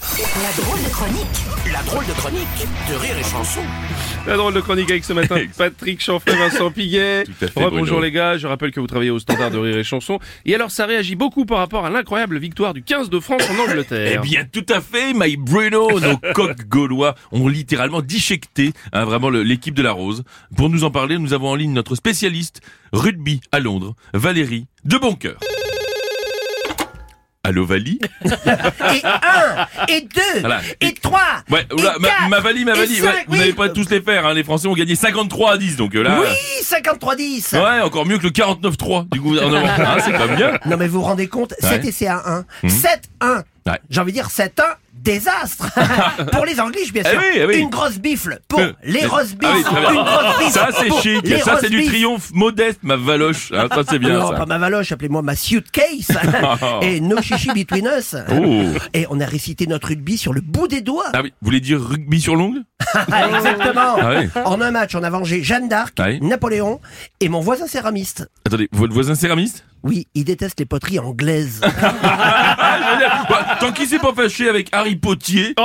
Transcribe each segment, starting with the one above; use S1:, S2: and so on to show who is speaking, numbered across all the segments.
S1: La drôle de chronique.
S2: La drôle de chronique de Rire et Chanson.
S3: La drôle de chronique avec ce matin Patrick Chanfray, Vincent Piguet.
S4: Tout à fait,
S3: Bonjour
S4: Bruno.
S3: les gars, je rappelle que vous travaillez au standard de rire et chanson. Et alors ça réagit beaucoup par rapport à l'incroyable victoire du 15 de France en
S4: Eh
S3: Angleterre.
S4: bien, tout à fait, my Bruno, nos coqs gaulois ont littéralement disjecté hein, vraiment le- l'équipe de la Rose. Pour nous en parler, nous avons en ligne notre spécialiste rugby à Londres, Valérie de Boncoeur. Allô, Vali
S5: et un, et deux,
S4: Voilà.
S5: et trois.
S4: Ouais,
S5: et
S4: oula, ma,
S5: quatre,
S4: ma Vali, ma
S5: et
S4: Vali.
S5: cinq,
S4: ouais, vous
S5: oui.
S4: n'allez pas tous les faire, hein, les Français ont gagné 53 à 10, donc euh, là...
S5: Oui, 53-10.
S4: Ouais, encore mieux que le 49-3 du gouvernement. Hein, c'est pas bien.
S5: Non, mais vous vous rendez compte,
S4: Ouais. Hmm.
S5: 7 essais à 1. 7-1.
S4: Ouais.
S5: J'ai envie de dire 7-1. Désastre pour les Anglais, bien
S4: Eh
S5: sûr.
S4: oui, eh oui.
S5: Une grosse bifle pour
S4: Euh,
S5: les
S4: euh,
S5: roast
S4: ah oui,
S5: beef.
S4: très bien.
S5: Une grosse bifle
S4: Ça, c'est
S5: pour
S4: chic.
S5: les
S4: Ça, c'est
S5: roast
S4: du
S5: beef.
S4: triomphe modeste, ma valoche. Hein, ça, c'est bien,
S5: non,
S4: ça.
S5: pas ma valoche, appelez-moi ma suitcase. et no chichi between us.
S4: Oh.
S5: Et on a récité notre rugby sur le bout des doigts.
S4: Ah oui, vous voulez dire rugby sur l'ongle
S5: Ah, Exactement.
S4: Ah oui.
S5: En un match, on a vengé Jeanne d'Arc,
S4: Ah oui.
S5: Napoléon et mon voisin céramiste.
S4: Attendez, votre voisin céramiste
S5: Oui, il déteste les poteries anglaises.
S4: Bah, Tant qu'il s'est pas fâché avec Harry Potier.
S3: Oh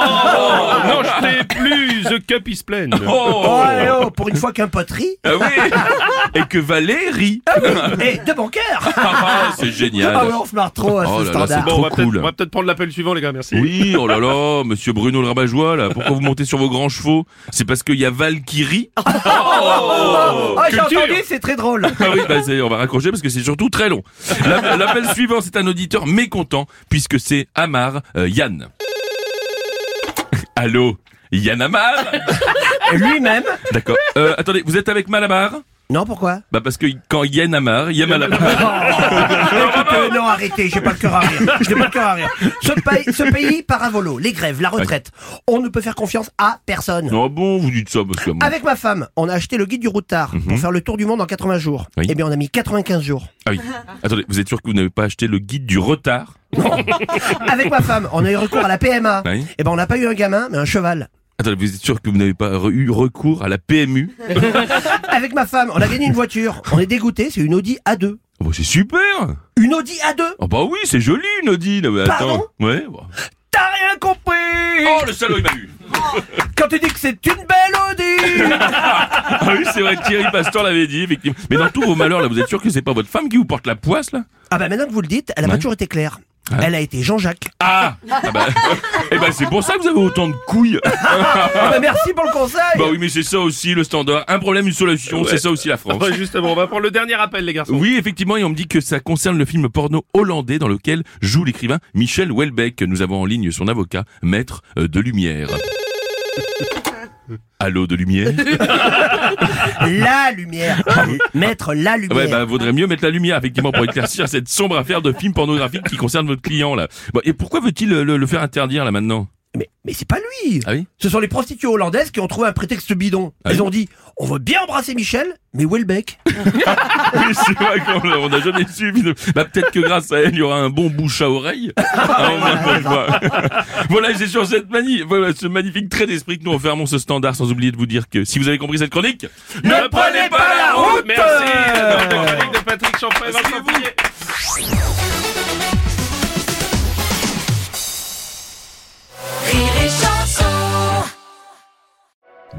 S3: non, je t'ai plus, The Cup is plain.
S5: Oh,
S4: Oh
S5: allez, oh, pour une fois qu'un poterie
S4: Ah oui Et que Valérie
S5: et de bon cœur.
S4: Ah, C'est génial
S5: Ah ouais, on se marre trop à
S4: Oh
S5: ce
S4: là là, c'est
S5: standard.
S3: Bon, on va
S4: Trop
S3: peut-être
S4: cool.
S3: on va peut-être prendre l'appel suivant les gars, merci.
S4: Oui, oh là là, monsieur Bruno le rabat-joie, là, pourquoi vous montez sur vos grands chevaux C'est parce qu'il y a Val qui rit
S5: Oh, j'ai
S3: culture.
S5: entendu, c'est très drôle.
S4: Ah oui, bah c'est- on va raccrocher parce que c'est surtout très long. L'appel l'appel suivant, c'est un auditeur mécontent puisque c'est Amar euh, Yann. Allô Yann Amar
S5: Lui-même.
S4: D'accord. Euh, attendez, vous êtes avec Malamar
S5: Non, pourquoi
S4: Bah parce que quand Yann a marre, Yann a marre.
S5: Écoute, euh, non, arrêtez, j'ai pas le cœur à rire. J'ai pas le cœur à rire. Ce pays, ce pays part à volo, les grèves, la retraite. On ne peut faire confiance à personne.
S4: Non bon, vous dites ça parce que...
S5: Avec ma femme, on a acheté le guide du routard pour faire le tour du monde en 80 jours.
S4: Mhm. Oui.
S5: Eh bien, on a mis 95 jours.
S4: Ah oui. Attendez, vous êtes sûr que vous n'avez pas acheté le guide du retard
S5: Avec ma femme, on a eu recours à la PMA.
S4: Oui.
S5: Eh ben, on n'a pas eu un gamin, mais un cheval.
S4: Attendez, vous êtes sûr que vous n'avez pas re- eu recours à la PMU
S5: Avec ma femme, on a gagné une voiture. On est dégoûté, c'est une Audi A2.
S4: oh, bah, C'est super
S5: Une Audi A2
S4: Oh bah oui, c'est joli une Odile Mais attends.
S5: Pardon
S4: Ouais. bah.
S5: T'as rien compris
S4: Oh le salaud il m'a eu
S5: Quand tu dis que c'est une belle Audi
S4: Ah oui c'est vrai, Thierry Pastor l'avait dit effectivement. Mais dans tous vos malheurs là, vous êtes sûr que c'est pas votre femme qui vous porte la poisse là
S5: Ah bah maintenant que vous le dites, elle a
S4: Ouais.
S5: pas toujours été claire. Elle a été Jean-Jacques.
S4: Ah, ah bah, Eh bah c'est pour ça que vous avez autant de couilles
S5: Ah bah merci pour le conseil
S4: Bah oui mais c'est ça aussi le standard. Un problème, une solution, c'est ça aussi la France.
S3: Ouais, justement, on va prendre le dernier appel les garçons.
S4: Oui, effectivement, et on me dit que ça concerne le film porno hollandais dans lequel joue l'écrivain Michel Houellebecq. Nous avons en ligne son avocat, maître euh, de lumière. Allô de lumière
S5: La lumière Mettre la lumière
S4: Ah Ouais, bah vaudrait mieux mettre la lumière, effectivement, pour éclaircir cette sombre affaire de film pornographique qui concerne votre client, là. Bon, et pourquoi veut-il euh, le, le faire interdire, là, maintenant
S5: Mais, mais c'est pas lui
S4: Ah oui
S5: Ce sont les prostituées hollandaises qui ont trouvé un prétexte bidon.
S4: Ah
S5: Elles
S4: oui
S5: ont dit, on veut bien embrasser Michel, mais où est le bec
S4: Oui, c'est vrai qu'on on n'a jamais su. mais- Bah, peut-être que grâce à elle, il y aura un bon bouche à oreille. Ah, on va pas le voir. voilà, c'est sur cette mani- voilà, ce magnifique trait d'esprit que nous refermons ce standard, sans oublier de vous dire que si vous avez compris cette chronique, ne prenez pas la route
S3: Merci la drôle de chronique de Patrick Chanfray, Vincent
S4: Suivez-vous.
S3: Piguet.